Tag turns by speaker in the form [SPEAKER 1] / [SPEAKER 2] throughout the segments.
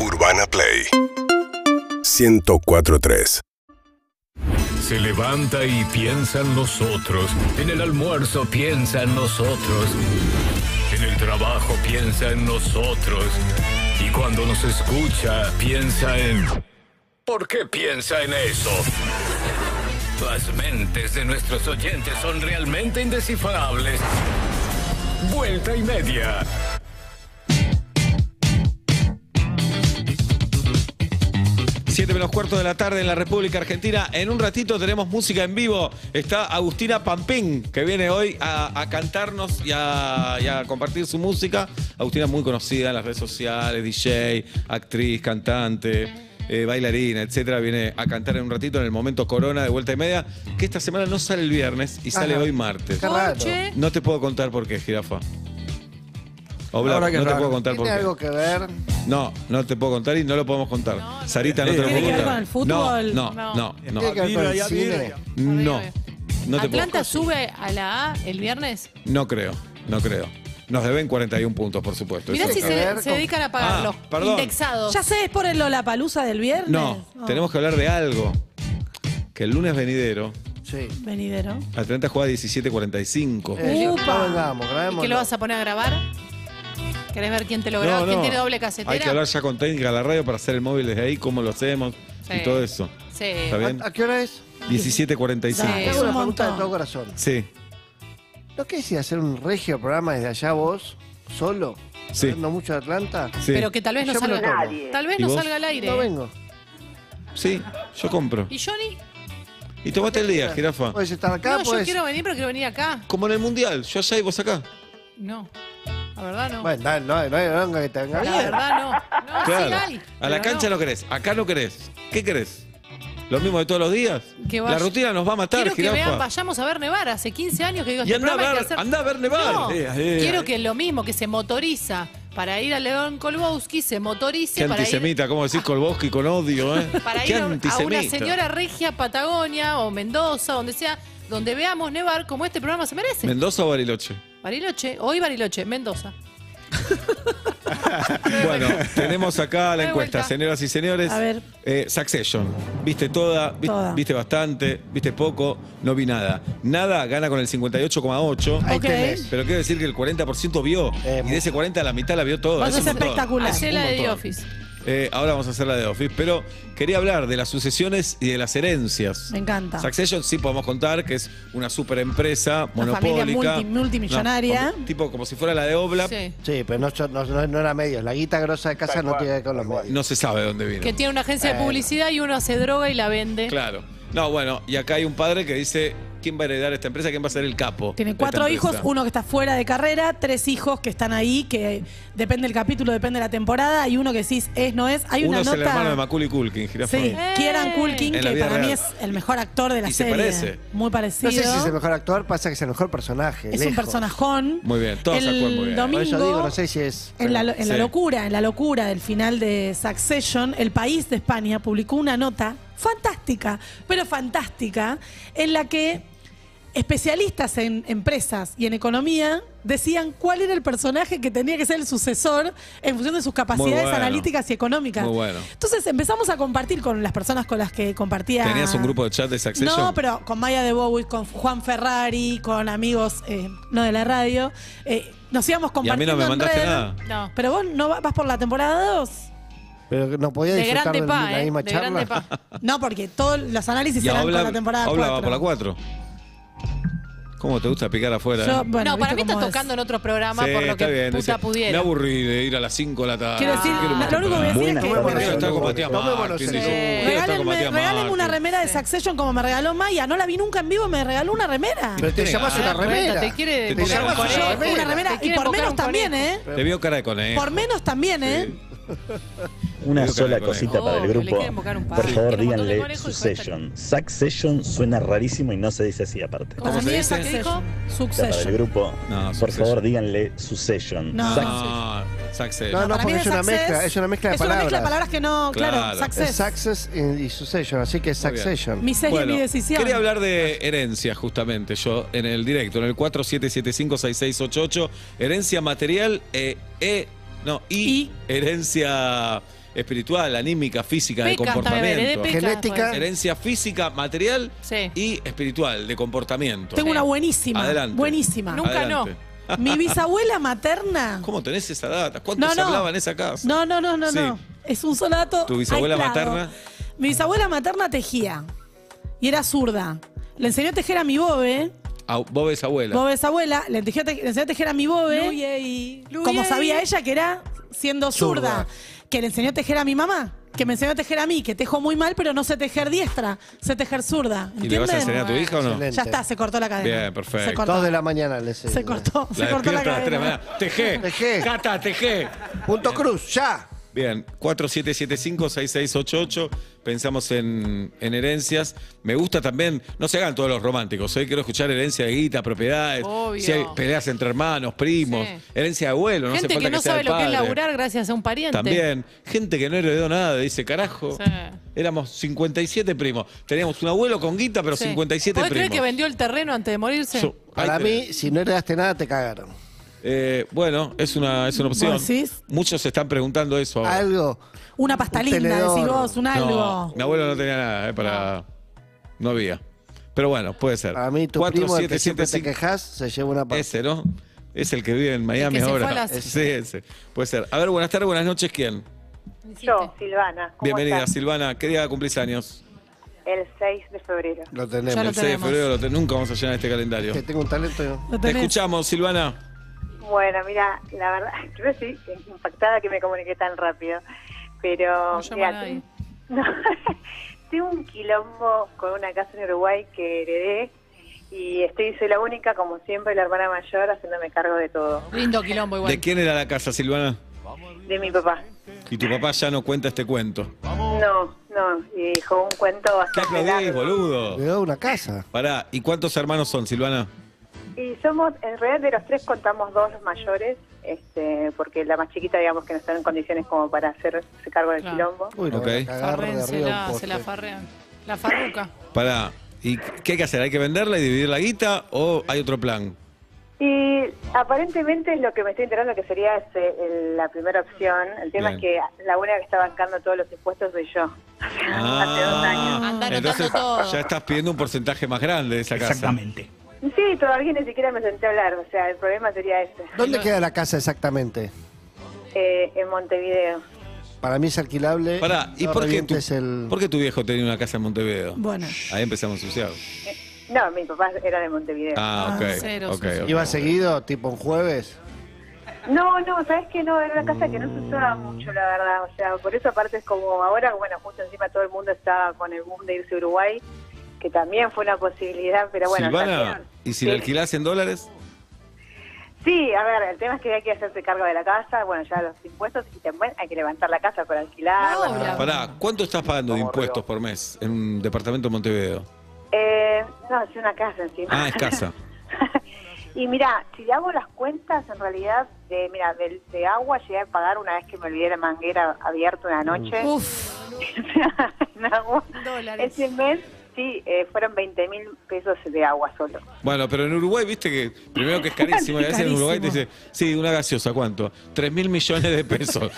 [SPEAKER 1] Urbana Play 1043
[SPEAKER 2] Se levanta y piensan los otros. En el almuerzo piensan nosotros. En el trabajo piensa en nosotros. Y cuando nos escucha, piensa en... ¿Por qué piensa en eso? Las mentes de nuestros oyentes son realmente indescifrables. Vuelta y media.
[SPEAKER 3] Siete menos cuarto de la tarde en la República Argentina. En un ratito tenemos música en vivo. Está Agustina Pampín, que viene hoy a, a cantarnos y a, y a compartir su música. Agustina es muy conocida en las redes sociales, DJ, actriz, cantante, eh, bailarina, etcétera. Viene a cantar en un ratito en el momento Corona de vuelta y media, que esta semana no sale el viernes y sale
[SPEAKER 4] Ajá.
[SPEAKER 3] hoy martes.
[SPEAKER 4] Qué raro.
[SPEAKER 5] Che,
[SPEAKER 3] No te puedo contar por qué, jirafa. O Blas,
[SPEAKER 4] Ahora que
[SPEAKER 3] no te
[SPEAKER 4] raro.
[SPEAKER 3] puedo contar por
[SPEAKER 4] ¿Tiene
[SPEAKER 3] qué.
[SPEAKER 4] algo que ver?
[SPEAKER 3] No, no te puedo contar y no lo podemos contar. Sarita, no te lo
[SPEAKER 5] ¿Tiene
[SPEAKER 3] puedo
[SPEAKER 5] que ver
[SPEAKER 3] contar.
[SPEAKER 5] con el fútbol?
[SPEAKER 3] No, no, no. No,
[SPEAKER 4] ¿Tiene que ver con el cine?
[SPEAKER 3] no,
[SPEAKER 5] Obvio,
[SPEAKER 3] no te puedo.
[SPEAKER 5] ¿Atlanta sube a la A el viernes?
[SPEAKER 3] No creo, no creo. Nos deben 41 puntos, por supuesto.
[SPEAKER 5] Mirá
[SPEAKER 3] eso
[SPEAKER 5] si
[SPEAKER 3] está-
[SPEAKER 4] que ver
[SPEAKER 5] se, se
[SPEAKER 4] con-
[SPEAKER 5] dedican a pagar
[SPEAKER 3] Ah,
[SPEAKER 5] los
[SPEAKER 3] perdón.
[SPEAKER 5] indexados.
[SPEAKER 6] Ya sé, es por el Lollapalooza del viernes.
[SPEAKER 3] No,
[SPEAKER 6] Oh,
[SPEAKER 3] tenemos que hablar de algo. Que el lunes venidero,
[SPEAKER 4] Sí.
[SPEAKER 6] Venidero.
[SPEAKER 3] Atlanta juega 17.45.
[SPEAKER 4] Eh, no
[SPEAKER 6] Upa.
[SPEAKER 4] volvamos,
[SPEAKER 5] ¿Y
[SPEAKER 4] grabémoslo.
[SPEAKER 5] qué lo vas a poner a grabar? ¿Querés ver quién te lo graba?
[SPEAKER 3] No,
[SPEAKER 5] ¿Quién
[SPEAKER 3] no.
[SPEAKER 5] tiene doble
[SPEAKER 3] Hay que
[SPEAKER 5] casetera?
[SPEAKER 3] hablar ya con técnica de la radio para hacer el móvil desde ahí, cómo lo hacemos
[SPEAKER 5] Sí.
[SPEAKER 3] y todo eso.
[SPEAKER 5] Sí.
[SPEAKER 3] ¿Está bien?
[SPEAKER 4] ¿A, a qué hora es?
[SPEAKER 5] Sí.
[SPEAKER 3] 17.45.
[SPEAKER 4] Te
[SPEAKER 5] Es
[SPEAKER 4] hago una
[SPEAKER 6] un
[SPEAKER 4] pregunta de
[SPEAKER 6] montón.
[SPEAKER 4] todo corazón.
[SPEAKER 3] Sí,
[SPEAKER 4] ¿No querés ir a hacer un regio programa desde allá vos, solo?
[SPEAKER 3] Sí.
[SPEAKER 4] hablando mucho de Atlanta?
[SPEAKER 3] sí.
[SPEAKER 5] Pero que tal vez no
[SPEAKER 4] Yo me lo
[SPEAKER 5] salga.
[SPEAKER 4] tomo.
[SPEAKER 5] Tal vez
[SPEAKER 3] ¿Y
[SPEAKER 5] no
[SPEAKER 3] vos?
[SPEAKER 5] salga al aire.
[SPEAKER 4] No vengo.
[SPEAKER 3] Sí, yo compro.
[SPEAKER 5] ¿Y Johnny?
[SPEAKER 3] Y tomate el día, jirafa.
[SPEAKER 4] Puedes estar acá,
[SPEAKER 5] no, yo
[SPEAKER 4] puedes.
[SPEAKER 5] quiero venir, pero quiero venir acá.
[SPEAKER 3] Como en el mundial, yo allá y vos acá.
[SPEAKER 5] No. La verdad no.
[SPEAKER 4] Bueno, dale, no, hay- no hay bronca que te venga
[SPEAKER 5] la
[SPEAKER 4] bien.
[SPEAKER 5] verdad no. No, Ah, sí hay,
[SPEAKER 3] A la
[SPEAKER 5] pero
[SPEAKER 3] cancha no. querés, acá no querés. ¿Qué querés? ¿Lo mismo de todos los días?
[SPEAKER 5] Que
[SPEAKER 3] la
[SPEAKER 5] vaya-
[SPEAKER 3] rutina nos va a matar,
[SPEAKER 5] Quiero que vean,
[SPEAKER 3] jirafa.
[SPEAKER 5] vayamos a ver nevar. Hace 15 años que digo,
[SPEAKER 3] Y
[SPEAKER 5] este
[SPEAKER 3] andá a
[SPEAKER 5] programa hay
[SPEAKER 3] ver,
[SPEAKER 5] que hacer-
[SPEAKER 3] andá a ver nevar.
[SPEAKER 5] No,
[SPEAKER 3] Eh, eh,
[SPEAKER 5] quiero
[SPEAKER 3] eh.
[SPEAKER 5] que lo mismo, que se motoriza para ir a León Kolbowski, se motorice
[SPEAKER 3] Qué
[SPEAKER 5] para ir,
[SPEAKER 3] antisemita, ¿cómo decís Kolboski con odio, eh?
[SPEAKER 5] para
[SPEAKER 3] Qué
[SPEAKER 5] ir a un- a
[SPEAKER 3] antisemita.
[SPEAKER 5] una señora regia Patagonia o Mendoza, donde sea, donde veamos nevar como este programa se merece.
[SPEAKER 3] ¿Mendoza o Bariloche?
[SPEAKER 5] Bariloche, hoy Bariloche, Mendoza.
[SPEAKER 3] Bueno, tenemos acá la
[SPEAKER 5] Doy
[SPEAKER 3] encuesta,
[SPEAKER 5] vuelta.
[SPEAKER 3] señoras y señores.
[SPEAKER 6] A ver.
[SPEAKER 3] Eh, Succession. Viste toda, vi-
[SPEAKER 6] Toda.
[SPEAKER 3] viste bastante, viste poco, no vi nada. Nada gana con el 58,8.
[SPEAKER 4] Ahí
[SPEAKER 6] Ok.
[SPEAKER 4] tenés.
[SPEAKER 3] Pero quiero decir que el 40% vio.
[SPEAKER 4] Eh,
[SPEAKER 3] y de ese 40% la mitad la vio toda.
[SPEAKER 6] Vas a
[SPEAKER 3] Es un
[SPEAKER 6] ser
[SPEAKER 3] montón.
[SPEAKER 6] espectacular.
[SPEAKER 3] Es un
[SPEAKER 5] Hacé la de The
[SPEAKER 3] montón.
[SPEAKER 5] Office.
[SPEAKER 3] Eh, ahora vamos a hacer la de Office, pero quería hablar de las sucesiones y de las herencias.
[SPEAKER 6] Me encanta.
[SPEAKER 3] Succession sí podemos contar que es una super empresa
[SPEAKER 6] Una
[SPEAKER 3] monopólica.
[SPEAKER 6] familia multi- multimillonaria.
[SPEAKER 3] No, como- tipo como si fuera la de Obla.
[SPEAKER 5] Sí.
[SPEAKER 4] Sí, pero no, son- no, no- no era medios. La guita grosa de casa no tiene que ver con los medios.
[SPEAKER 3] No se sabe dónde vino.
[SPEAKER 5] Que tiene una agencia de publicidad y uno hace droga y la vende.
[SPEAKER 3] Claro. No, bueno, y acá hay un padre que dice, ¿quién va a heredar esta empresa? ¿Quién va a ser el capo? de
[SPEAKER 6] Tiene
[SPEAKER 3] esta
[SPEAKER 6] cuatro
[SPEAKER 3] empresa?
[SPEAKER 6] hijos, uno que está fuera de carrera, tres hijos que están ahí, que depende del capítulo, depende de la temporada, y uno que decís es, no es. Hay
[SPEAKER 3] Uno
[SPEAKER 6] una
[SPEAKER 3] es el hermano de
[SPEAKER 6] nota.
[SPEAKER 3] Macaulay Culkin, jirafa.
[SPEAKER 6] Sí,
[SPEAKER 5] ¡Eh!
[SPEAKER 6] Kieran Culkin,
[SPEAKER 3] En
[SPEAKER 6] que
[SPEAKER 3] la vida
[SPEAKER 6] para mí
[SPEAKER 3] real.
[SPEAKER 6] es el mejor actor de la
[SPEAKER 3] Y se
[SPEAKER 6] serie.
[SPEAKER 3] parece.
[SPEAKER 6] Muy parecido.
[SPEAKER 4] No sé si es el mejor actor, pasa que es el mejor personaje.
[SPEAKER 6] es un
[SPEAKER 4] lejos.
[SPEAKER 6] personajón.
[SPEAKER 3] Muy bien, todos actúan muy
[SPEAKER 6] El
[SPEAKER 3] bien.
[SPEAKER 4] Por
[SPEAKER 6] domingo.
[SPEAKER 4] eso digo, no sé si es.
[SPEAKER 6] En la, lo- en la
[SPEAKER 3] Sí.
[SPEAKER 6] locura, en la locura del final de Succession, el país de España publicó una nota fantástica, pero fantástica, en la que especialistas en empresas y en economía decían cuál era el personaje que tenía que ser el sucesor en función de sus capacidades
[SPEAKER 3] bueno.
[SPEAKER 6] analíticas y económicas.
[SPEAKER 3] Muy bueno.
[SPEAKER 6] Entonces empezamos a compartir con las personas con las que compartía.
[SPEAKER 3] ¿Tenías un grupo de chat de Succession?
[SPEAKER 6] No, pero con Maya de Bowie, con Juan Ferrari, con amigos eh, no de la radio, eh, nos íbamos
[SPEAKER 3] Y a mí
[SPEAKER 6] compartiendo.
[SPEAKER 3] no me
[SPEAKER 6] en
[SPEAKER 3] mandaste
[SPEAKER 6] red.
[SPEAKER 3] nada.
[SPEAKER 5] No.
[SPEAKER 6] Pero vos no va- vas por la temporada 2.
[SPEAKER 4] Pero no podía
[SPEAKER 5] De
[SPEAKER 4] disfrutar
[SPEAKER 5] grande
[SPEAKER 4] de
[SPEAKER 5] pa,
[SPEAKER 4] la
[SPEAKER 5] ¿eh?
[SPEAKER 4] misma
[SPEAKER 5] De
[SPEAKER 4] charla.
[SPEAKER 5] grande pa.
[SPEAKER 6] No, porque todos los análisis
[SPEAKER 3] Y
[SPEAKER 6] serán
[SPEAKER 3] Obla,
[SPEAKER 6] con la temporada
[SPEAKER 3] Obla
[SPEAKER 6] 4.
[SPEAKER 3] va por la 4. ¿Cómo te gusta picar afuera? eh?
[SPEAKER 6] Yo, bueno,
[SPEAKER 5] no, para mí
[SPEAKER 6] ¿viste
[SPEAKER 5] está
[SPEAKER 6] cómo es?
[SPEAKER 5] tocando en otro programa
[SPEAKER 3] Sí,
[SPEAKER 5] por lo
[SPEAKER 3] está
[SPEAKER 5] que
[SPEAKER 3] bien,
[SPEAKER 5] puta
[SPEAKER 3] dice,
[SPEAKER 5] pudiera.
[SPEAKER 3] Me aburrí de ir a las 5 de la tarde. Ah,
[SPEAKER 6] Quiero decir,
[SPEAKER 3] Quiero más
[SPEAKER 6] lo único que voy a
[SPEAKER 3] temprano.
[SPEAKER 6] decir es que
[SPEAKER 3] Quiero
[SPEAKER 4] Buena Bueno,
[SPEAKER 3] estar con Matías
[SPEAKER 4] tomémonos
[SPEAKER 3] Martín,
[SPEAKER 4] en
[SPEAKER 3] digo,
[SPEAKER 5] serio.
[SPEAKER 3] quiero estar con
[SPEAKER 6] regálenme,
[SPEAKER 3] Matías
[SPEAKER 6] regálenme una
[SPEAKER 3] Martín.
[SPEAKER 6] remera de Succession como me regaló Maya. No la vi nunca en vivo, me regaló una remera.
[SPEAKER 4] Pero te
[SPEAKER 3] tiene
[SPEAKER 4] llamás
[SPEAKER 3] ganas.
[SPEAKER 4] una remera.
[SPEAKER 5] Te quiere
[SPEAKER 3] Te
[SPEAKER 4] Te
[SPEAKER 3] tiene
[SPEAKER 5] bocar un
[SPEAKER 3] ganas.
[SPEAKER 4] llamás
[SPEAKER 5] conejo.
[SPEAKER 4] una
[SPEAKER 3] Yo,
[SPEAKER 6] Una remera.
[SPEAKER 5] Te
[SPEAKER 6] Y
[SPEAKER 5] quiere
[SPEAKER 6] por
[SPEAKER 5] bocar
[SPEAKER 6] menos
[SPEAKER 5] un
[SPEAKER 6] también,
[SPEAKER 5] conejo.
[SPEAKER 6] ¿eh?
[SPEAKER 3] Te vio cara de conejo.
[SPEAKER 6] Por menos también, ¿eh?
[SPEAKER 7] Una
[SPEAKER 3] Creo que
[SPEAKER 7] sola
[SPEAKER 3] la conozco.
[SPEAKER 7] cosita para
[SPEAKER 5] Obvio,
[SPEAKER 7] el
[SPEAKER 5] Oh, le
[SPEAKER 7] grupo.
[SPEAKER 5] quieren bocar un par.
[SPEAKER 7] Por
[SPEAKER 5] Sí,
[SPEAKER 7] favor,
[SPEAKER 5] quiere un montón de
[SPEAKER 7] díganle
[SPEAKER 5] conejos y cuesta.
[SPEAKER 7] Succession. Succession suena rarísimo y no se dice así aparte.
[SPEAKER 3] ¿Cómo
[SPEAKER 6] Para
[SPEAKER 3] se
[SPEAKER 6] mí
[SPEAKER 3] dice?
[SPEAKER 6] es
[SPEAKER 5] ¿Qué dijo?
[SPEAKER 6] Succession.
[SPEAKER 7] Para el
[SPEAKER 6] Succession.
[SPEAKER 7] grupo,
[SPEAKER 3] No,
[SPEAKER 7] por
[SPEAKER 3] Succession.
[SPEAKER 7] favor, díganle Succession.
[SPEAKER 6] No.
[SPEAKER 7] Suc-
[SPEAKER 3] No, Succession.
[SPEAKER 4] No, no,
[SPEAKER 6] Para mí
[SPEAKER 4] porque es una
[SPEAKER 6] Success.
[SPEAKER 4] mezcla, es una mezcla de
[SPEAKER 6] Es una mezcla de
[SPEAKER 4] palabras.
[SPEAKER 6] palabras que no,
[SPEAKER 3] Claro.
[SPEAKER 6] claro,
[SPEAKER 4] Es
[SPEAKER 6] Success.
[SPEAKER 4] Success y y Succession, así que es
[SPEAKER 3] Muy bien.
[SPEAKER 4] Succession.
[SPEAKER 6] Mi serie,
[SPEAKER 3] Bueno,
[SPEAKER 6] mi decisión.
[SPEAKER 3] Quería hablar de herencia, justamente, yo, en el directo, en el 47756688. Herencia material eh, eh, no, y,
[SPEAKER 6] Y.
[SPEAKER 3] herencia espiritual, anímica, física, de
[SPEAKER 5] Pecas también,
[SPEAKER 6] eh,
[SPEAKER 5] veré, de pues.
[SPEAKER 3] comportamiento.
[SPEAKER 5] pecas,
[SPEAKER 4] Genética.
[SPEAKER 6] Ah.
[SPEAKER 5] puede ser.
[SPEAKER 3] Herencia física, material
[SPEAKER 5] Sí.
[SPEAKER 3] y espiritual, de comportamiento.
[SPEAKER 6] Tengo una buenísima.
[SPEAKER 3] Adelante.
[SPEAKER 6] Buenísima.
[SPEAKER 5] Nunca
[SPEAKER 3] Adelante.
[SPEAKER 6] Mi bisabuela materna.
[SPEAKER 3] ¿Cómo tenés esa data? ¿Cuánto
[SPEAKER 6] No,
[SPEAKER 3] se
[SPEAKER 6] no.
[SPEAKER 3] hablaba en esa casa?
[SPEAKER 6] No, no, no, no,
[SPEAKER 3] Sí.
[SPEAKER 6] no. Es un solo dato.
[SPEAKER 3] ¿Tu bisabuela
[SPEAKER 6] aislado.
[SPEAKER 3] materna?
[SPEAKER 6] Mi bisabuela materna tejía. Y era zurda. Le enseñó a tejer a mi bobe.
[SPEAKER 3] Ah, Bob es abuela.
[SPEAKER 6] Bobe es abuela. Le, tejió a te- le enseñó a tejer a mi bobe. como sabía ella que era siendo
[SPEAKER 4] Zurda.
[SPEAKER 6] zurda, que le enseñó a tejer a mi mamá, que me enseñó a tejer a mí, que tejo muy mal, pero no sé tejer diestra, sé tejer zurda.
[SPEAKER 3] ¿Y le vas a
[SPEAKER 6] ¿entienden?
[SPEAKER 3] enseñar a tu hija o no?
[SPEAKER 4] Excelente.
[SPEAKER 6] Ya está, se cortó la cadena.
[SPEAKER 3] Bien, perfecto.
[SPEAKER 6] Se cortó.
[SPEAKER 4] Dos de la mañana les
[SPEAKER 6] Se cortó, se cortó
[SPEAKER 3] despierta
[SPEAKER 6] la
[SPEAKER 3] a las tres de
[SPEAKER 6] cadena.
[SPEAKER 3] mañana. Tejé.
[SPEAKER 4] Tejé.
[SPEAKER 3] Cata, tejé.
[SPEAKER 4] Punto cruz, ya.
[SPEAKER 3] Bien, 4775-6688. Pensamos en, en herencias. Me gusta también, no se hagan todos los románticos. Hoy quiero escuchar herencia de guita, propiedades.
[SPEAKER 5] Obvio.
[SPEAKER 3] Si hay peleas entre hermanos, primos,
[SPEAKER 5] Sí.
[SPEAKER 3] herencia de abuelo. No hace
[SPEAKER 5] Gente
[SPEAKER 3] falta
[SPEAKER 5] que
[SPEAKER 3] que,
[SPEAKER 5] no
[SPEAKER 3] sea
[SPEAKER 5] sabe
[SPEAKER 3] del
[SPEAKER 5] lo que es
[SPEAKER 3] padre.
[SPEAKER 5] laburar gracias a un pariente.
[SPEAKER 3] También, gente que no heredó nada, dice, carajo,
[SPEAKER 5] Sí.
[SPEAKER 3] éramos 57 primos. Teníamos un abuelo con guita, pero
[SPEAKER 5] Sí.
[SPEAKER 3] 57
[SPEAKER 5] ¿Podés
[SPEAKER 3] primos.
[SPEAKER 5] creer que vendió el terreno antes de morirse?
[SPEAKER 3] Yo-
[SPEAKER 4] Para
[SPEAKER 3] Ay,
[SPEAKER 4] mí, si no heredaste nada, te cagaron.
[SPEAKER 3] eh, bueno, es una, es una opción.
[SPEAKER 6] ¿Vos decís?
[SPEAKER 3] Muchos se están preguntando eso ahora.
[SPEAKER 4] Algo.
[SPEAKER 6] Una pasta
[SPEAKER 4] Un
[SPEAKER 6] linda,
[SPEAKER 4] tenedor.
[SPEAKER 6] decís vos, un algo.
[SPEAKER 3] No, mi abuelo no tenía nada, eh, para. No había. Pero bueno, puede ser.
[SPEAKER 4] Para mí, tu
[SPEAKER 3] Cuatro,
[SPEAKER 4] primo, el
[SPEAKER 3] siete,
[SPEAKER 4] que siempre
[SPEAKER 3] siete,
[SPEAKER 4] te quejas, se lleva una parte.
[SPEAKER 3] Ese, ¿no? Es el que vive en Miami
[SPEAKER 5] se fue
[SPEAKER 3] ahora.
[SPEAKER 5] a las-
[SPEAKER 3] Sí, ese. Puede ser. A ver, buenas tardes, buenas noches, ¿quién?
[SPEAKER 1] Yo, Silvana. ¿cómo
[SPEAKER 3] Bienvenida,
[SPEAKER 1] estás?
[SPEAKER 3] Silvana. ¿Qué día cumplís años?
[SPEAKER 1] El 6 de febrero.
[SPEAKER 4] Lo
[SPEAKER 6] Ya
[SPEAKER 4] tenemos.
[SPEAKER 6] lo
[SPEAKER 3] el 6 de
[SPEAKER 6] tenemos.
[SPEAKER 3] febrero, lo te- nunca vamos a llenar este calendario.
[SPEAKER 4] Que tengo un talento. yo.
[SPEAKER 6] Lo
[SPEAKER 3] Te
[SPEAKER 6] tenés.
[SPEAKER 3] escuchamos, Silvana.
[SPEAKER 1] Bueno, mira, la verdad, yo sí, impactada que me comuniqué tan rápido. Pero,
[SPEAKER 5] No llama
[SPEAKER 1] mira,
[SPEAKER 5] nadie.
[SPEAKER 1] tengo- tengo un quilombo con una casa en Uruguay que heredé y estoy, soy la única, como siempre, la hermana mayor haciéndome cargo de todo.
[SPEAKER 5] Lindo quilombo igual.
[SPEAKER 3] ¿De quién era la casa, Silvana?
[SPEAKER 1] De mi papá.
[SPEAKER 3] Y tu papá ya no cuenta este cuento.
[SPEAKER 1] No, no, y dijo un cuento
[SPEAKER 3] Te
[SPEAKER 1] bastante
[SPEAKER 3] aplaudís,
[SPEAKER 1] largo.
[SPEAKER 4] Me
[SPEAKER 3] boludo.
[SPEAKER 4] da una casa.
[SPEAKER 3] Pará, ¿y cuántos hermanos son, Silvana?
[SPEAKER 1] Y somos, en realidad de los tres contamos dos los mayores, este, porque la más chiquita digamos que no está en condiciones como para hacerse cargo del
[SPEAKER 5] Claro.
[SPEAKER 1] quilombo.
[SPEAKER 4] Uy, lo
[SPEAKER 3] Ok.
[SPEAKER 4] voy a cagar de
[SPEAKER 5] Farren, se
[SPEAKER 4] arriba
[SPEAKER 5] la,
[SPEAKER 4] un
[SPEAKER 5] se la
[SPEAKER 4] poste.
[SPEAKER 5] farrean. La farruca.
[SPEAKER 3] Pará, ¿y qué hay que hacer? ¿Hay que venderla y dividir la guita o hay otro plan?
[SPEAKER 1] Y aparentemente lo que me estoy enterando que sería es, eh, el- la primera opción. El tema
[SPEAKER 3] Bien.
[SPEAKER 1] es que la única que está bancando todos los impuestos soy yo. Hace dos años.
[SPEAKER 5] Anda anotando
[SPEAKER 3] Ah, entonces
[SPEAKER 5] todo.
[SPEAKER 3] ya estás pidiendo un porcentaje más grande de esa casa.
[SPEAKER 7] Exactamente.
[SPEAKER 1] Sí, todavía ni siquiera me senté a hablar, o sea, el problema sería ese.
[SPEAKER 4] ¿Dónde queda la casa exactamente?
[SPEAKER 1] Eh, en Montevideo.
[SPEAKER 4] Para mí es alquilable.
[SPEAKER 3] Pará, ¿y
[SPEAKER 4] No
[SPEAKER 3] por, qué tu,
[SPEAKER 4] revientes el-
[SPEAKER 3] por qué tu viejo tenía una casa en Montevideo?
[SPEAKER 6] Bueno.
[SPEAKER 3] Ahí empezamos ensuciados.
[SPEAKER 1] No, mi papá era de Montevideo.
[SPEAKER 3] Ah,
[SPEAKER 6] Ah,
[SPEAKER 3] ok.
[SPEAKER 5] cero,
[SPEAKER 3] ok,
[SPEAKER 5] cero.
[SPEAKER 3] ok.
[SPEAKER 4] ¿Iba seguido, tipo un jueves?
[SPEAKER 1] No, no, sabes que no, era una casa que no se usaba
[SPEAKER 3] Mm.
[SPEAKER 1] mucho, la verdad. O sea, por eso aparte es como ahora, bueno, justo encima todo el mundo está con el boom de irse a Uruguay, que también fue una posibilidad, pero bueno.
[SPEAKER 3] Silvana,
[SPEAKER 1] también-
[SPEAKER 3] ¿y si la
[SPEAKER 1] Sí.
[SPEAKER 3] alquilás en dólares?
[SPEAKER 1] Sí, a ver, el tema es que hay que hacerse cargo de la casa, bueno, ya los impuestos, y también hay que levantar la casa para alquilar.
[SPEAKER 5] No,
[SPEAKER 1] Ah, bueno,
[SPEAKER 5] la-
[SPEAKER 3] Pará, ¿cuánto estás pagando de impuestos por mes en un departamento en Montevideo?
[SPEAKER 1] eh, no, es una casa encima.
[SPEAKER 3] Ah, es casa.
[SPEAKER 1] y mira, si hago las cuentas, en realidad, de, mira, del de agua llegué a pagar una vez que me olvidé la manguera abierta una noche.
[SPEAKER 5] Uf,
[SPEAKER 1] En agua.
[SPEAKER 5] dólares.
[SPEAKER 1] Ese mes, sí, eh, fueron 20 mil pesos de agua solo.
[SPEAKER 3] Bueno, pero en Uruguay, viste que primero que es carísimo. Y a veces en Uruguay te dice, sí, una gaseosa, ¿cuánto? Tres mil millones de pesos.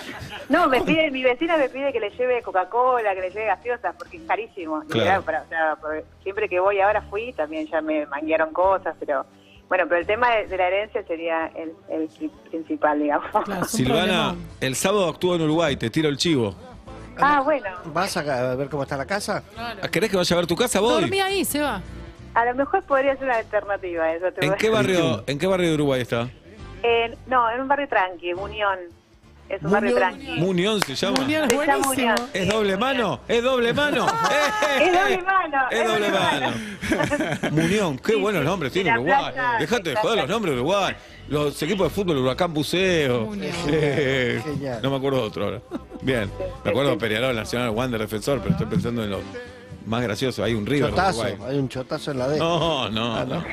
[SPEAKER 1] No,
[SPEAKER 6] Oh.
[SPEAKER 1] me pide, mi vecina me pide que le lleve Coca-Cola, que le lleve gaseosas, porque es carísimo. Y
[SPEAKER 3] Claro.
[SPEAKER 1] era para- o sea, por- siempre que voy ahora fui, también ya me manguearon cosas, pero bueno, pero el tema de, de la herencia sería el, el pri- principal, digamos.
[SPEAKER 6] Claro, es un
[SPEAKER 3] Silvana,
[SPEAKER 6] problemón.
[SPEAKER 3] el sábado actúo en Uruguay, te tiro el chivo.
[SPEAKER 1] Ah, bueno,
[SPEAKER 4] ¿Vas a ca- a ver cómo está la casa?
[SPEAKER 3] ¿Querés que vaya a ver tu casa? Voy.
[SPEAKER 5] Dormí ahí, se va.
[SPEAKER 1] a lo mejor podría ser una alternativa eso. te
[SPEAKER 3] ¿En
[SPEAKER 1] voy-
[SPEAKER 3] qué barrio, en qué barrio de Uruguay está?
[SPEAKER 1] En- no, en un barrio tranqui, Unión. Es un barrio tranqui.
[SPEAKER 3] Munión se llama.
[SPEAKER 6] Unión es
[SPEAKER 1] Se llama
[SPEAKER 6] Ah, buenísimo.
[SPEAKER 1] Unión.
[SPEAKER 3] ¿Es doble mano? ¿Es doble mano? ¡Eh, eh,
[SPEAKER 1] Es
[SPEAKER 3] eh!
[SPEAKER 1] doble mano.
[SPEAKER 3] Es doble mano. Munión, qué
[SPEAKER 1] Sí,
[SPEAKER 3] buenos
[SPEAKER 1] sí,
[SPEAKER 3] nombres
[SPEAKER 1] y
[SPEAKER 3] tiene
[SPEAKER 1] la
[SPEAKER 3] Uruguay.
[SPEAKER 1] plaza,
[SPEAKER 3] Dejate de
[SPEAKER 1] la
[SPEAKER 3] joder los
[SPEAKER 1] plaza.
[SPEAKER 3] nombres de Uruguay. Los equipos de fútbol, Huracán Buceo.
[SPEAKER 5] Unión.
[SPEAKER 3] Eh,
[SPEAKER 4] Genial. Este-
[SPEAKER 3] no me acuerdo otro ahora. Bien, me acuerdo de Peñarol, Nacional, Wander, Defensor, pero estoy pensando en lo más gracioso. Hay un río en
[SPEAKER 4] Chotazo, Ah,
[SPEAKER 3] Uruguay.
[SPEAKER 4] hay un chotazo en la D.
[SPEAKER 3] No, no, no.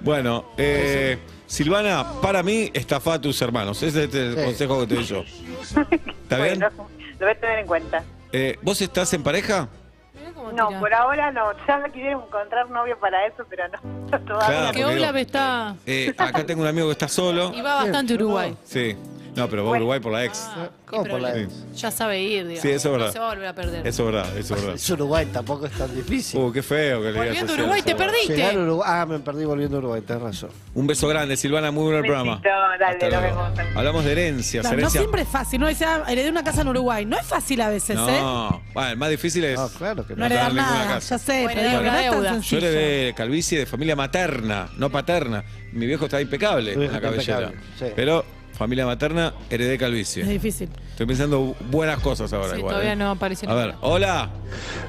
[SPEAKER 3] Bueno, eh, Silvana, para mí estafa a tus hermanos. Ese es el
[SPEAKER 4] Sí.
[SPEAKER 3] consejo que te doy yo. ¿Está bien?
[SPEAKER 1] Bueno, lo voy a tener en cuenta.
[SPEAKER 3] Eh, ¿Vos estás en pareja?
[SPEAKER 5] Mirá cómo
[SPEAKER 1] No,
[SPEAKER 5] tira.
[SPEAKER 1] por ahora no. Ya me quisieron encontrar novio para eso, pero no. Todavía.
[SPEAKER 3] Claro.
[SPEAKER 5] Que
[SPEAKER 3] porque
[SPEAKER 5] Olaf está.
[SPEAKER 3] Eh, acá tengo un amigo que está solo.
[SPEAKER 5] Y va bastante a Uruguay.
[SPEAKER 3] Sí. No, pero va a
[SPEAKER 1] Bueno.
[SPEAKER 3] Uruguay por la ex.
[SPEAKER 5] Ah,
[SPEAKER 4] ¿Cómo
[SPEAKER 5] pero
[SPEAKER 4] por la ex?
[SPEAKER 5] Ya sabe ir, digamos.
[SPEAKER 3] Sí, eso es verdad.
[SPEAKER 5] No se va a volver a perder.
[SPEAKER 3] Eso es verdad, eso es verdad.
[SPEAKER 4] Es Uruguay, tampoco es tan difícil.
[SPEAKER 3] Uh, qué feo que le digas así
[SPEAKER 5] Volviendo a
[SPEAKER 3] a
[SPEAKER 5] Uruguay,
[SPEAKER 3] los
[SPEAKER 5] te
[SPEAKER 3] uruguayos.
[SPEAKER 5] perdiste.
[SPEAKER 4] Llegar a Uruguay. Ah, me perdí volviendo a Uruguay, tenés razón.
[SPEAKER 3] Un beso grande, Silvana, muy bueno el
[SPEAKER 1] Besito,
[SPEAKER 3] programa.
[SPEAKER 1] dale,
[SPEAKER 3] Hasta
[SPEAKER 1] nos
[SPEAKER 3] luego.
[SPEAKER 1] vemos.
[SPEAKER 3] Hablamos de herencias,
[SPEAKER 6] Claro, no
[SPEAKER 3] herencias.
[SPEAKER 6] siempre es fácil. No decía, heredé una casa en Uruguay. No es fácil a veces, ¿eh? No
[SPEAKER 3] No, bueno, el más difícil es.
[SPEAKER 4] Ah, claro que no.
[SPEAKER 3] No
[SPEAKER 6] heredar
[SPEAKER 3] ninguna
[SPEAKER 6] nada.
[SPEAKER 3] casa.
[SPEAKER 6] Ya sé,
[SPEAKER 5] Bueno,
[SPEAKER 6] pero digo,
[SPEAKER 5] deuda,
[SPEAKER 6] no es tan
[SPEAKER 5] deuda.
[SPEAKER 3] Yo
[SPEAKER 6] sencillo.
[SPEAKER 3] le de calvicie de familia materna, no paterna. Mi viejo está impecable
[SPEAKER 4] Tu
[SPEAKER 3] con
[SPEAKER 4] viejo
[SPEAKER 3] la
[SPEAKER 4] está
[SPEAKER 3] cabellera.
[SPEAKER 4] impecable, sí.
[SPEAKER 3] Pero familia materna, heredé
[SPEAKER 6] Es
[SPEAKER 3] calvicie.
[SPEAKER 6] difícil.
[SPEAKER 3] Estoy pensando buenas cosas ahora
[SPEAKER 5] Sí,
[SPEAKER 3] igual.
[SPEAKER 5] todavía
[SPEAKER 3] ¿eh?
[SPEAKER 5] no apareció
[SPEAKER 3] A ver,
[SPEAKER 5] ninguna.
[SPEAKER 3] hola.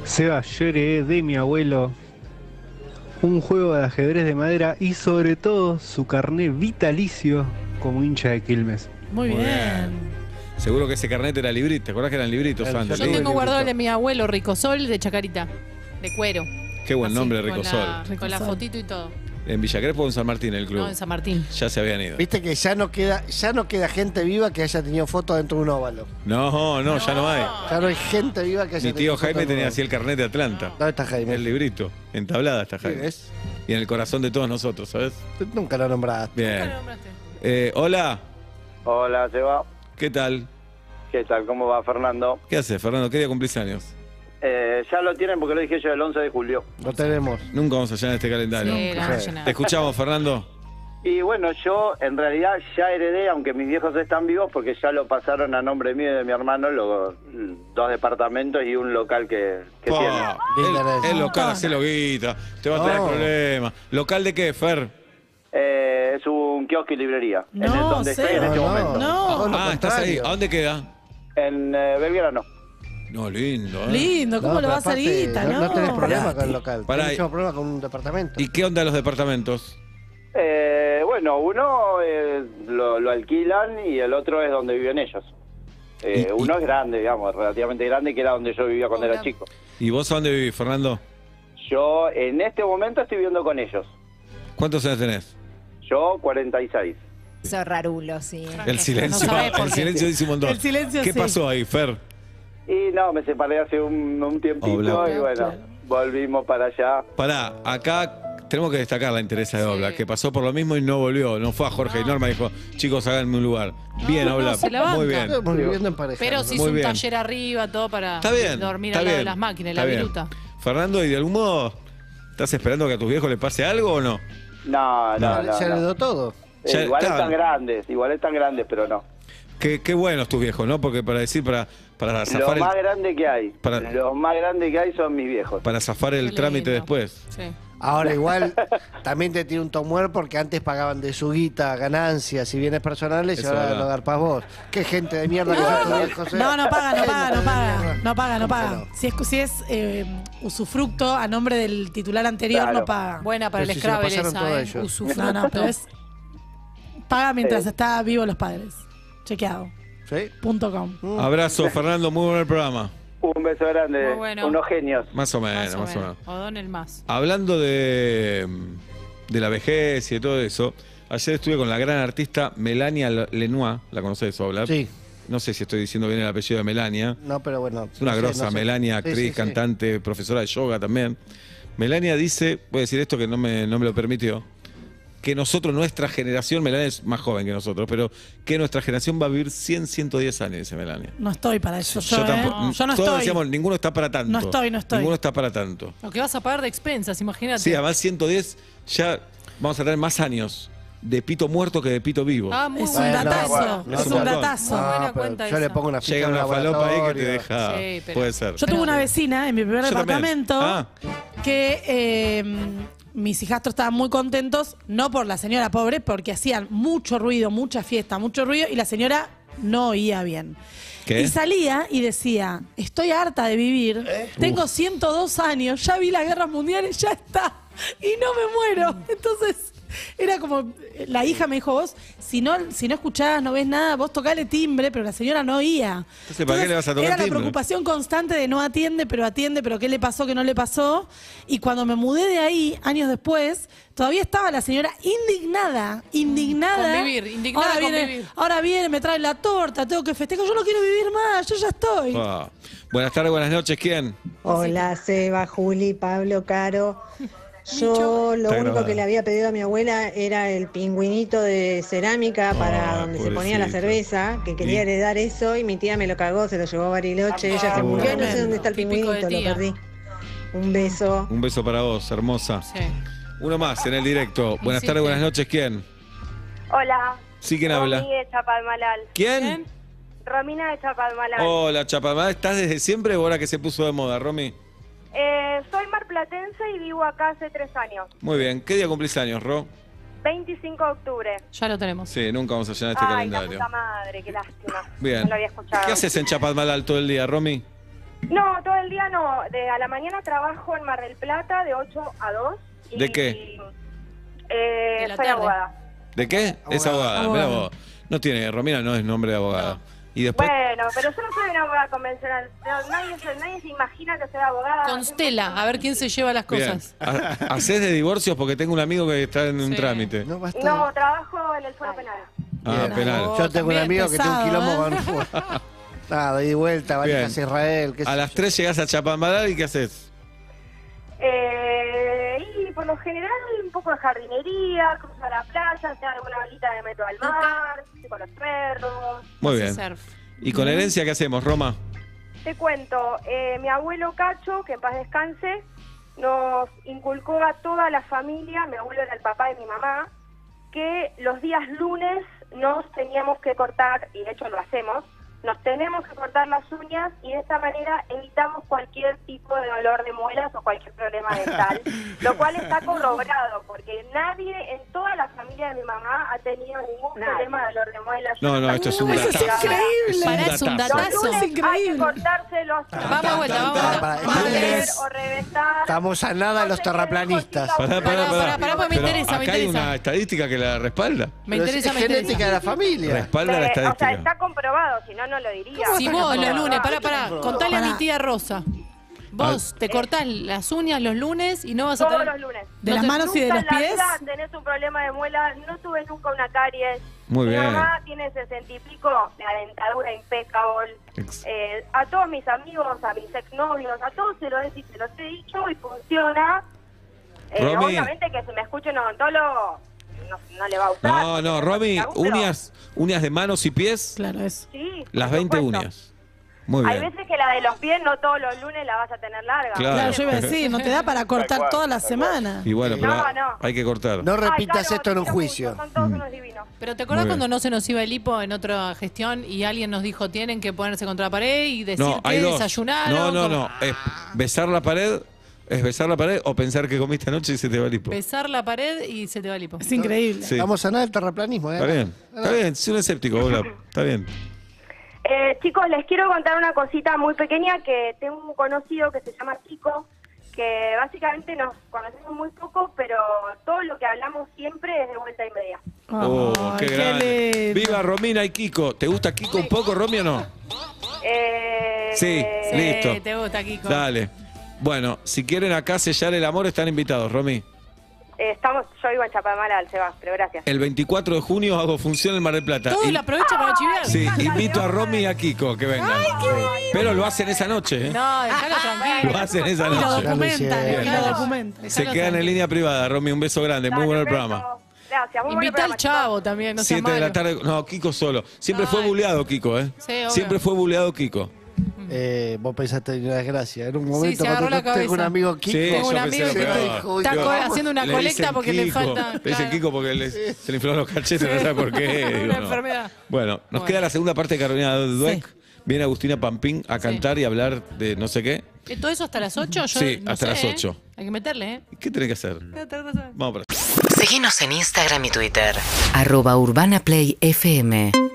[SPEAKER 8] Seba, yo heredé de mi abuelo un juego de ajedrez de madera y sobre todo su carné vitalicio como hincha de Quilmes.
[SPEAKER 6] Muy,
[SPEAKER 3] Muy
[SPEAKER 6] bien.
[SPEAKER 3] Seguro que ese carnet era librito. ¿Te acordás que eran libritos
[SPEAKER 4] Claro,
[SPEAKER 3] antes?
[SPEAKER 5] Yo
[SPEAKER 4] Sí,
[SPEAKER 5] tengo
[SPEAKER 4] el
[SPEAKER 5] guardado el
[SPEAKER 4] librito.
[SPEAKER 5] de mi abuelo, Ricosol, de Chacarita, de cuero.
[SPEAKER 3] Qué buen
[SPEAKER 5] Así,
[SPEAKER 3] nombre,
[SPEAKER 5] con
[SPEAKER 3] Ricosol.
[SPEAKER 5] la- Con la
[SPEAKER 6] Ricosol.
[SPEAKER 5] fotito y todo.
[SPEAKER 3] En Villa Crespo o en San Martín, el club.
[SPEAKER 5] No, en San Martín.
[SPEAKER 3] Ya se habían ido.
[SPEAKER 4] Viste que ya no queda, ya no queda gente viva que haya tenido fotos dentro de un óvalo.
[SPEAKER 3] No, no, ya no hay.
[SPEAKER 4] Ya no hay gente viva que haya
[SPEAKER 3] Mi
[SPEAKER 4] tenido
[SPEAKER 3] tío
[SPEAKER 4] foto
[SPEAKER 3] Jaime
[SPEAKER 4] dentro de
[SPEAKER 3] tenía
[SPEAKER 4] un
[SPEAKER 3] así el carnet de Atlanta.
[SPEAKER 4] óvalo. ¿Dónde está
[SPEAKER 3] En
[SPEAKER 4] Jaime?
[SPEAKER 3] el librito. Entablada está
[SPEAKER 4] Ah, Sí,
[SPEAKER 3] Jaime.
[SPEAKER 4] ¿ves?
[SPEAKER 3] Y en el corazón de todos nosotros, ¿sabes?
[SPEAKER 4] Tú Nunca lo nombraste.
[SPEAKER 5] Nunca
[SPEAKER 3] Bien.
[SPEAKER 5] lo nombraste.
[SPEAKER 3] Eh, hola.
[SPEAKER 9] Hola, Seba.
[SPEAKER 3] ¿Qué tal?
[SPEAKER 9] ¿Qué tal? ¿Cómo va, Fernando?
[SPEAKER 3] ¿Qué haces, Fernando? ¿Qué día cumplís años?
[SPEAKER 9] Eh, ya lo tienen porque lo dije yo el 11 de julio.
[SPEAKER 4] Lo tenemos.
[SPEAKER 3] Nunca vamos a llenar este calendario.
[SPEAKER 5] Sí, la
[SPEAKER 4] sé.
[SPEAKER 5] vamos a llenar.
[SPEAKER 3] Te escuchamos, Fernando.
[SPEAKER 9] Y bueno, yo en realidad ya heredé, aunque mis viejos están vivos, porque ya lo pasaron a nombre mío y de mi hermano, los dos departamentos y un local que, que
[SPEAKER 3] Pa,
[SPEAKER 9] tiene.
[SPEAKER 4] Linda la
[SPEAKER 3] el,
[SPEAKER 4] de-
[SPEAKER 3] el local, se lo guita. Te va a tener
[SPEAKER 4] No.
[SPEAKER 3] problemas. ¿Local de qué, Fer?
[SPEAKER 9] Eh, es un kiosco y librería. en el
[SPEAKER 6] No,
[SPEAKER 9] donde estoy en
[SPEAKER 6] Seba.
[SPEAKER 9] este
[SPEAKER 6] No,
[SPEAKER 9] momento.
[SPEAKER 6] No.
[SPEAKER 4] todo lo
[SPEAKER 3] ah, estás ahí.
[SPEAKER 4] contrario.
[SPEAKER 3] ¿A dónde queda?
[SPEAKER 9] En eh, Belgrano.
[SPEAKER 3] No, lindo, ¿eh?
[SPEAKER 6] Lindo, ¿cómo
[SPEAKER 4] No,
[SPEAKER 6] lo
[SPEAKER 4] pero
[SPEAKER 6] vas a
[SPEAKER 4] aparte,
[SPEAKER 6] guita,
[SPEAKER 4] no,
[SPEAKER 6] no?
[SPEAKER 4] no tenés problema con el local.
[SPEAKER 3] Pará,
[SPEAKER 4] tenés
[SPEAKER 3] y-
[SPEAKER 4] mucho problema con un departamento.
[SPEAKER 3] ¿Y qué onda los departamentos?
[SPEAKER 9] Eh, bueno, uno eh, lo, lo alquilan y el otro es donde viven ellos. Eh,
[SPEAKER 3] Y- y-
[SPEAKER 9] uno es grande, digamos, relativamente grande, que era donde yo vivía cuando
[SPEAKER 5] Hola.
[SPEAKER 9] era chico.
[SPEAKER 3] ¿Y vos a dónde vivís, Fernando?
[SPEAKER 9] Yo en este momento estoy viviendo con ellos.
[SPEAKER 3] ¿Cuántos años tenés?
[SPEAKER 9] Yo 46.
[SPEAKER 10] Eso rarulo, sí.
[SPEAKER 3] El silencio,
[SPEAKER 5] No sabés por
[SPEAKER 3] el
[SPEAKER 5] qué.
[SPEAKER 3] silencio dice un montón.
[SPEAKER 6] El silencio,
[SPEAKER 3] ¿Qué
[SPEAKER 6] sí.
[SPEAKER 3] pasó ahí, Fer?
[SPEAKER 9] Y no, me separé hace un, un tiempito
[SPEAKER 3] Hola.
[SPEAKER 9] y bueno, volvimos para allá.
[SPEAKER 3] Pará, acá tenemos que destacar la interesa de
[SPEAKER 5] Sí.
[SPEAKER 3] Obla, que pasó por lo mismo y no volvió. No fue a Jorge y Norma, dijo, chicos, háganme un lugar. Bien,
[SPEAKER 5] no,
[SPEAKER 3] Obla,
[SPEAKER 5] se la
[SPEAKER 3] muy
[SPEAKER 5] banca.
[SPEAKER 3] bien.
[SPEAKER 4] Estamos viviendo en pareja.
[SPEAKER 5] Pero
[SPEAKER 4] ¿no?
[SPEAKER 5] se
[SPEAKER 3] Muy
[SPEAKER 5] hizo un
[SPEAKER 3] bien.
[SPEAKER 5] taller arriba, todo para
[SPEAKER 3] Está bien.
[SPEAKER 5] dormir
[SPEAKER 3] está
[SPEAKER 5] al lado de
[SPEAKER 3] bien,
[SPEAKER 5] las máquinas,
[SPEAKER 3] está
[SPEAKER 5] la
[SPEAKER 3] bien.
[SPEAKER 5] viruta.
[SPEAKER 3] Fernando, ¿y de algún modo estás esperando que a tus viejos le pase algo o no?
[SPEAKER 9] No, no,
[SPEAKER 4] Ya-
[SPEAKER 9] no.
[SPEAKER 4] ya
[SPEAKER 9] no.
[SPEAKER 4] heredó todo.
[SPEAKER 9] Eh,
[SPEAKER 3] Ya-
[SPEAKER 9] igual
[SPEAKER 3] claro.
[SPEAKER 9] están grandes, igual están grandes, pero no.
[SPEAKER 3] Qué, qué buenos tus viejos, ¿no? Porque para decir, para, para
[SPEAKER 9] Lo
[SPEAKER 3] zafar
[SPEAKER 9] más
[SPEAKER 3] el,
[SPEAKER 9] grande que hay,
[SPEAKER 3] Para-
[SPEAKER 9] los más grandes que hay son mis viejos.
[SPEAKER 3] para zafar el
[SPEAKER 5] Qué
[SPEAKER 3] trámite
[SPEAKER 5] lindo.
[SPEAKER 3] después.
[SPEAKER 5] Sí.
[SPEAKER 4] Ahora igual también te tiene un tomuer porque antes pagaban de su guita, ganancias y bienes personales y
[SPEAKER 3] Eso
[SPEAKER 4] ahora
[SPEAKER 3] verdad.
[SPEAKER 4] lo garpas vos. Qué gente de mierda que sos tu viejo, José.
[SPEAKER 6] No, no paga, no
[SPEAKER 4] Gente
[SPEAKER 6] paga, no
[SPEAKER 4] de
[SPEAKER 6] paga.
[SPEAKER 4] mierda.
[SPEAKER 6] No paga, no paga.
[SPEAKER 4] Cómprenlo.
[SPEAKER 6] Si es, si es eh, usufructo a nombre del titular anterior,
[SPEAKER 9] Claro.
[SPEAKER 6] no paga.
[SPEAKER 5] Buena para
[SPEAKER 4] Pero
[SPEAKER 5] el
[SPEAKER 4] si se lo
[SPEAKER 5] Scrabble
[SPEAKER 4] pasaron
[SPEAKER 5] esa,
[SPEAKER 4] todos
[SPEAKER 5] eh.
[SPEAKER 4] ellos.
[SPEAKER 5] Usufructo.
[SPEAKER 6] No, no, pero es. Paga mientras
[SPEAKER 9] Sí.
[SPEAKER 6] está vivo los padres. Chequeado.
[SPEAKER 4] ¿Sí?
[SPEAKER 6] Punto com.
[SPEAKER 9] Mm.
[SPEAKER 3] Abrazo, Fernando, muy buen programa.
[SPEAKER 9] Un beso grande,
[SPEAKER 5] Muy bueno.
[SPEAKER 9] unos genios.
[SPEAKER 3] Más o menos,
[SPEAKER 5] Más o
[SPEAKER 3] más o
[SPEAKER 5] menos.
[SPEAKER 3] menos.
[SPEAKER 5] O don el más.
[SPEAKER 3] Hablando de, mm, de la vejez y de todo eso, ayer estuve con la gran artista Melania L- Lenoir, la conocés, hablar.
[SPEAKER 4] Sí.
[SPEAKER 3] No sé si estoy diciendo bien el apellido de Melania.
[SPEAKER 4] No, pero bueno.
[SPEAKER 3] Es una
[SPEAKER 4] no sé,
[SPEAKER 3] grosa,
[SPEAKER 4] no sé.
[SPEAKER 3] Melania,
[SPEAKER 4] Sí,
[SPEAKER 3] actriz,
[SPEAKER 4] sí, sí.
[SPEAKER 3] cantante, profesora de yoga también. Melania dice, voy a decir esto que no me, no me lo permitió, que nosotros, nuestra generación, Melania es más joven que nosotros, pero que nuestra generación va a vivir 100, 110 años, dice Melania.
[SPEAKER 6] No estoy para eso. Yo, ¿eh?
[SPEAKER 3] tampoco-
[SPEAKER 6] Yo no
[SPEAKER 3] Todos
[SPEAKER 6] estoy.
[SPEAKER 3] decíamos, ninguno está para tanto.
[SPEAKER 6] No estoy, no estoy.
[SPEAKER 3] Ninguno está para tanto.
[SPEAKER 5] Lo que vas a pagar de expensas, imagínate.
[SPEAKER 3] Sí, además 110 ya vamos a tener más años de pito muerto que de pito vivo.
[SPEAKER 5] Ah, muy
[SPEAKER 6] Es un
[SPEAKER 5] bueno.
[SPEAKER 4] Bueno,
[SPEAKER 6] datazo.
[SPEAKER 3] bueno,
[SPEAKER 6] es
[SPEAKER 3] es
[SPEAKER 6] un
[SPEAKER 3] un montón.
[SPEAKER 6] datazo.
[SPEAKER 5] Muy buena
[SPEAKER 4] No, pero
[SPEAKER 5] cuenta
[SPEAKER 4] yo
[SPEAKER 5] esa.
[SPEAKER 4] le pongo una ficha
[SPEAKER 3] Llega
[SPEAKER 4] en
[SPEAKER 3] una
[SPEAKER 4] un
[SPEAKER 3] falopa ahí que te
[SPEAKER 4] laboratorio.
[SPEAKER 3] deja.
[SPEAKER 5] Sí, pero-
[SPEAKER 3] puede ser.
[SPEAKER 6] Yo tuve una vecina en mi primer
[SPEAKER 3] Yo también.
[SPEAKER 6] departamento
[SPEAKER 3] Ah.
[SPEAKER 6] que eh, mis hijastros estaban muy contentos, no por la señora pobre, porque hacían mucho ruido, mucha fiesta, mucho ruido, y la señora no oía bien.
[SPEAKER 3] ¿Qué?
[SPEAKER 6] Y salía y decía, estoy harta de vivir,
[SPEAKER 3] ¿Eh?
[SPEAKER 6] tengo 102 años, ya vi las guerras mundiales, ya está, y no me muero. Entonces, era como, la hija me dijo, vos, si no, si no escuchás, no ves nada, vos tocale timbre, pero la señora no oía.
[SPEAKER 3] Entonces, ¿para qué le vas a tocar
[SPEAKER 6] era la
[SPEAKER 3] timbre?
[SPEAKER 6] preocupación constante de no atiende, pero atiende, pero qué le pasó, qué no le pasó. Y cuando me mudé de ahí, años después, todavía estaba la señora indignada, indignada.
[SPEAKER 5] Convivir, indignada
[SPEAKER 6] Ahora viene,
[SPEAKER 5] convivir.
[SPEAKER 6] ahora viene, me trae la torta, tengo que festejar, yo no quiero vivir más, yo ya estoy.
[SPEAKER 3] Ah. Buenas tardes, buenas noches, ¿quién?
[SPEAKER 10] Hola, Seba, Juli, Pablo, Caro.
[SPEAKER 7] Yo lo
[SPEAKER 3] Está
[SPEAKER 7] único
[SPEAKER 3] grabada.
[SPEAKER 7] que le había pedido a mi abuela era el pingüinito de cerámica para
[SPEAKER 3] Ah,
[SPEAKER 7] donde se ponía la
[SPEAKER 3] pobrecito.
[SPEAKER 7] cerveza, que quería
[SPEAKER 3] Y-
[SPEAKER 7] heredar eso y mi tía me lo cagó, se lo llevó a Bariloche, ella se
[SPEAKER 3] Oh.
[SPEAKER 7] murió, no sé
[SPEAKER 3] Tremendo.
[SPEAKER 7] dónde está el
[SPEAKER 6] Típico de
[SPEAKER 7] pingüinito, lo
[SPEAKER 6] tía.
[SPEAKER 7] perdí. Un beso.
[SPEAKER 3] Un beso para vos, hermosa. Uno más en el directo. Buenas
[SPEAKER 7] Insiste.
[SPEAKER 3] tardes, buenas noches. ¿Quién?
[SPEAKER 5] Hola.
[SPEAKER 3] Sí, ¿quién habla?
[SPEAKER 5] Romy de Chapalmalal.
[SPEAKER 3] ¿Quién?
[SPEAKER 5] Romina de Chapalmalal.
[SPEAKER 3] Hola, Chapamá. ¿Estás desde siempre o ahora que se puso de moda, Romy?
[SPEAKER 5] Eh, soy marplatense y vivo acá hace tres años.
[SPEAKER 3] Muy bien. ¿Qué día cumplís años, Ro?
[SPEAKER 5] 25 de octubre.
[SPEAKER 6] Ya lo tenemos.
[SPEAKER 3] Sí, nunca vamos a llenar este
[SPEAKER 5] Ay, la
[SPEAKER 3] calendario.
[SPEAKER 5] puta madre, qué lástima.
[SPEAKER 3] Bien.
[SPEAKER 5] No lo había escuchado.
[SPEAKER 3] ¿Qué haces en Chapadmalal todo el día, Romy?
[SPEAKER 5] No, todo el día no. De a la mañana trabajo en Mar del Plata de 8 a 2. Y,
[SPEAKER 3] ¿De qué?
[SPEAKER 5] Eh,
[SPEAKER 6] la
[SPEAKER 5] soy
[SPEAKER 6] tarde.
[SPEAKER 5] abogada.
[SPEAKER 3] ¿De qué? Es abogada.
[SPEAKER 5] Abogada.
[SPEAKER 3] mirá vos. No tiene, Romina no es nombre de abogada. Y después,
[SPEAKER 5] Bueno, pero yo no soy una abogada convencional. No, nadie, se- nadie se imagina que soy abogada.
[SPEAKER 6] Constela, a ver quién se lleva las
[SPEAKER 3] bien.
[SPEAKER 6] cosas.
[SPEAKER 3] Ha- ¿Haces de divorcios? Porque tengo un amigo que está en un trámite.
[SPEAKER 5] No, trabajo en el fuero penal.
[SPEAKER 3] Ah, penal. ¿eh?
[SPEAKER 4] Yo tengo un amigo que tiene un quilombo con. Nada, y de vuelta,
[SPEAKER 3] Bien.
[SPEAKER 4] Valijas Israel. qué sé
[SPEAKER 3] A las 3 llegás a Chapadmalal y ¿qué haces?
[SPEAKER 5] Eh, y por lo general un poco de jardinería, cruzo a la playa, hacer alguna balita de metro al mar, estoy con los perros.
[SPEAKER 3] Muy bien. ¿Y con la herencia qué hacemos, Roma?
[SPEAKER 5] Te cuento, eh, mi abuelo Cacho, que en paz descanse, nos inculcó a toda la familia, mi abuelo era el papá de mi mamá, que los días lunes nos teníamos que cortar, y de hecho lo hacemos, nos tenemos que cortar las uñas y de esta manera evitamos cualquier tipo de dolor de muelas o cualquier problema dental, lo cual está corroborado, porque nadie en toda la familia de mi mamá ha tenido ningún problema de dolor de muelas.
[SPEAKER 3] No, no, esto es un
[SPEAKER 5] Eso es
[SPEAKER 3] datazo.
[SPEAKER 5] increíble.
[SPEAKER 6] Pará, es un datazo.
[SPEAKER 5] Los lunes hay que Ah. cortarse los
[SPEAKER 6] Vamos a vuelta, vamos a vuelta.
[SPEAKER 5] Barrer o reventar.
[SPEAKER 4] Estamos a nada de los terraplanistas.
[SPEAKER 3] Pará, pará, pará.
[SPEAKER 6] pará, porque me
[SPEAKER 3] Pero ah,
[SPEAKER 6] interesa, me
[SPEAKER 3] acá hay
[SPEAKER 6] interesa.
[SPEAKER 3] una estadística que la respalda.
[SPEAKER 6] Me interesa, me
[SPEAKER 4] genética
[SPEAKER 6] interesa.
[SPEAKER 4] de la familia.
[SPEAKER 3] Respalda la
[SPEAKER 5] Eh, o sea,
[SPEAKER 3] estadística.
[SPEAKER 5] está comprobado, si no, no lo diría.
[SPEAKER 6] Si vos los lunes, pará, pará, contale a mi tía Rosa.
[SPEAKER 3] Ah.
[SPEAKER 6] Vos te cortás las uñas los lunes y no vas a
[SPEAKER 5] Todos
[SPEAKER 6] tener...
[SPEAKER 5] los lunes.
[SPEAKER 6] ¿De las manos y de
[SPEAKER 5] Nunca
[SPEAKER 6] los
[SPEAKER 5] en la
[SPEAKER 6] pies?
[SPEAKER 5] vida Tenés un problema de muela, no tuve nunca una caries.
[SPEAKER 3] Muy
[SPEAKER 5] Mi
[SPEAKER 3] bien.
[SPEAKER 5] mamá tiene sesenta y pico, la dentadura impecable.
[SPEAKER 3] Ex-
[SPEAKER 5] Eh, a todos mis amigos, a mis exnovios, a todos se los, he- se los he dicho y funciona. Eh,
[SPEAKER 3] Romy.
[SPEAKER 5] obviamente que si me escucha un odontólogo, no, no le va a gustar.
[SPEAKER 3] No, no, Romy, uñas, uñas de manos y pies.
[SPEAKER 11] Claro, eso.
[SPEAKER 5] Sí,
[SPEAKER 3] Las
[SPEAKER 5] por
[SPEAKER 3] 20
[SPEAKER 5] supuesto.
[SPEAKER 3] uñas. Muy
[SPEAKER 5] Hay
[SPEAKER 3] bien.
[SPEAKER 5] veces que la de los pies no todos los lunes la vas a tener larga.
[SPEAKER 3] Claro.
[SPEAKER 11] Claro, yo iba a decir, no te da para cortar toda la semana.
[SPEAKER 3] Y bueno, pero
[SPEAKER 5] No,
[SPEAKER 3] ha-
[SPEAKER 5] no.
[SPEAKER 3] hay que cortar.
[SPEAKER 4] No repitas esto en un juicio.
[SPEAKER 6] Pero ¿te acordás
[SPEAKER 3] Muy bien.
[SPEAKER 6] cuando no se nos iba el hipo en otra gestión y alguien nos dijo tienen que ponerse contra la pared y decir
[SPEAKER 3] No,
[SPEAKER 6] que
[SPEAKER 3] hay dos.
[SPEAKER 6] desayunaron?
[SPEAKER 3] No, no, no.
[SPEAKER 6] como-
[SPEAKER 3] Es besar la pared, es besar la pared o pensar que comiste anoche y se te va el hipo.
[SPEAKER 6] Besar la pared y se te va el hipo.
[SPEAKER 11] Es increíble.
[SPEAKER 3] Sí.
[SPEAKER 4] Estamos a nada del terraplanismo, ¿eh?
[SPEAKER 3] Está bien, está bien. Soy un escéptico, hola. Está bien.
[SPEAKER 5] Eh, chicos, les quiero contar una cosita muy pequeña que tengo un conocido que se llama Chico, que básicamente nos conocemos muy poco, pero todo lo que hablamos siempre es de vuelta y media.
[SPEAKER 3] Oh, qué,
[SPEAKER 11] qué
[SPEAKER 3] grande. Viva Romina y Kiko. ¿Te gusta Kiko un poco, Romy, o no?
[SPEAKER 5] Eh,
[SPEAKER 3] Sí, listo.
[SPEAKER 6] te gusta, Kiko.
[SPEAKER 3] Dale. Bueno, si quieren acá sellar el amor, están invitados, Romy.
[SPEAKER 5] eh, estamos, yo vivo en Chapamalal, Sebas, pero gracias.
[SPEAKER 3] El 24 de junio hago función en Mar del Plata.
[SPEAKER 6] Todo
[SPEAKER 3] Y-
[SPEAKER 6] lo aprovecha para chiviar.
[SPEAKER 3] Sí, invito a Romy y a Kiko que vengan. Pero lo hacen esa noche, ¿eh?
[SPEAKER 6] No, déjalo tranquilo.
[SPEAKER 3] Lo hacen esa
[SPEAKER 6] Y lo
[SPEAKER 3] noche.
[SPEAKER 6] documentan,
[SPEAKER 3] Bien.
[SPEAKER 6] y ah, lo documentan.
[SPEAKER 3] Se quedan en línea privada, Romy. Un beso grande. Muy bueno el programa.
[SPEAKER 5] Gracias, muy
[SPEAKER 6] Invita al chavo también, no seas
[SPEAKER 3] Siete de
[SPEAKER 6] malo.
[SPEAKER 3] la tarde. No, Kiko solo. Siempre fue
[SPEAKER 6] Ay.
[SPEAKER 3] buleado, Kiko, ¿eh?
[SPEAKER 6] Sí, obvio.
[SPEAKER 3] Siempre fue buleado, Kiko.
[SPEAKER 4] Eh, vos pensaste en una desgracia. En un momento
[SPEAKER 6] se agarró
[SPEAKER 4] cuando
[SPEAKER 6] la
[SPEAKER 4] yo tengo un
[SPEAKER 6] cabeza.
[SPEAKER 4] amigo Kiko.
[SPEAKER 3] Sí,
[SPEAKER 6] Tengo un
[SPEAKER 3] yo pensé
[SPEAKER 6] amigo
[SPEAKER 3] lo
[SPEAKER 6] que
[SPEAKER 3] peor.
[SPEAKER 6] está-
[SPEAKER 4] Dijo,
[SPEAKER 6] está
[SPEAKER 4] "Uy,
[SPEAKER 6] co-
[SPEAKER 4] vamos".
[SPEAKER 6] haciendo una
[SPEAKER 3] Le
[SPEAKER 6] colecta
[SPEAKER 3] dicen
[SPEAKER 6] porque le
[SPEAKER 3] Kiko.
[SPEAKER 6] falta.
[SPEAKER 3] Le dicen
[SPEAKER 6] claro.
[SPEAKER 3] Kiko porque les- se le inflaron los cachetes, no sabe por qué.
[SPEAKER 6] Una
[SPEAKER 3] digo, no.
[SPEAKER 6] enfermedad.
[SPEAKER 3] Bueno, nos
[SPEAKER 6] Bueno.
[SPEAKER 3] queda la segunda parte de Carolina Dueck. Viene Agustina Pampín a cantar y hablar de no sé qué.
[SPEAKER 6] Eh, ¿Todo eso hasta las 8? Yo
[SPEAKER 3] Sí,
[SPEAKER 6] no
[SPEAKER 3] hasta
[SPEAKER 6] sé,
[SPEAKER 3] las
[SPEAKER 6] ¿eh?
[SPEAKER 3] 8.
[SPEAKER 6] Hay que meterle, ¿eh?
[SPEAKER 3] ¿Qué tiene que hacer? Vamos para
[SPEAKER 12] Seguinos en Instagram y Twitter.
[SPEAKER 13] Arroba Urbana Play FM.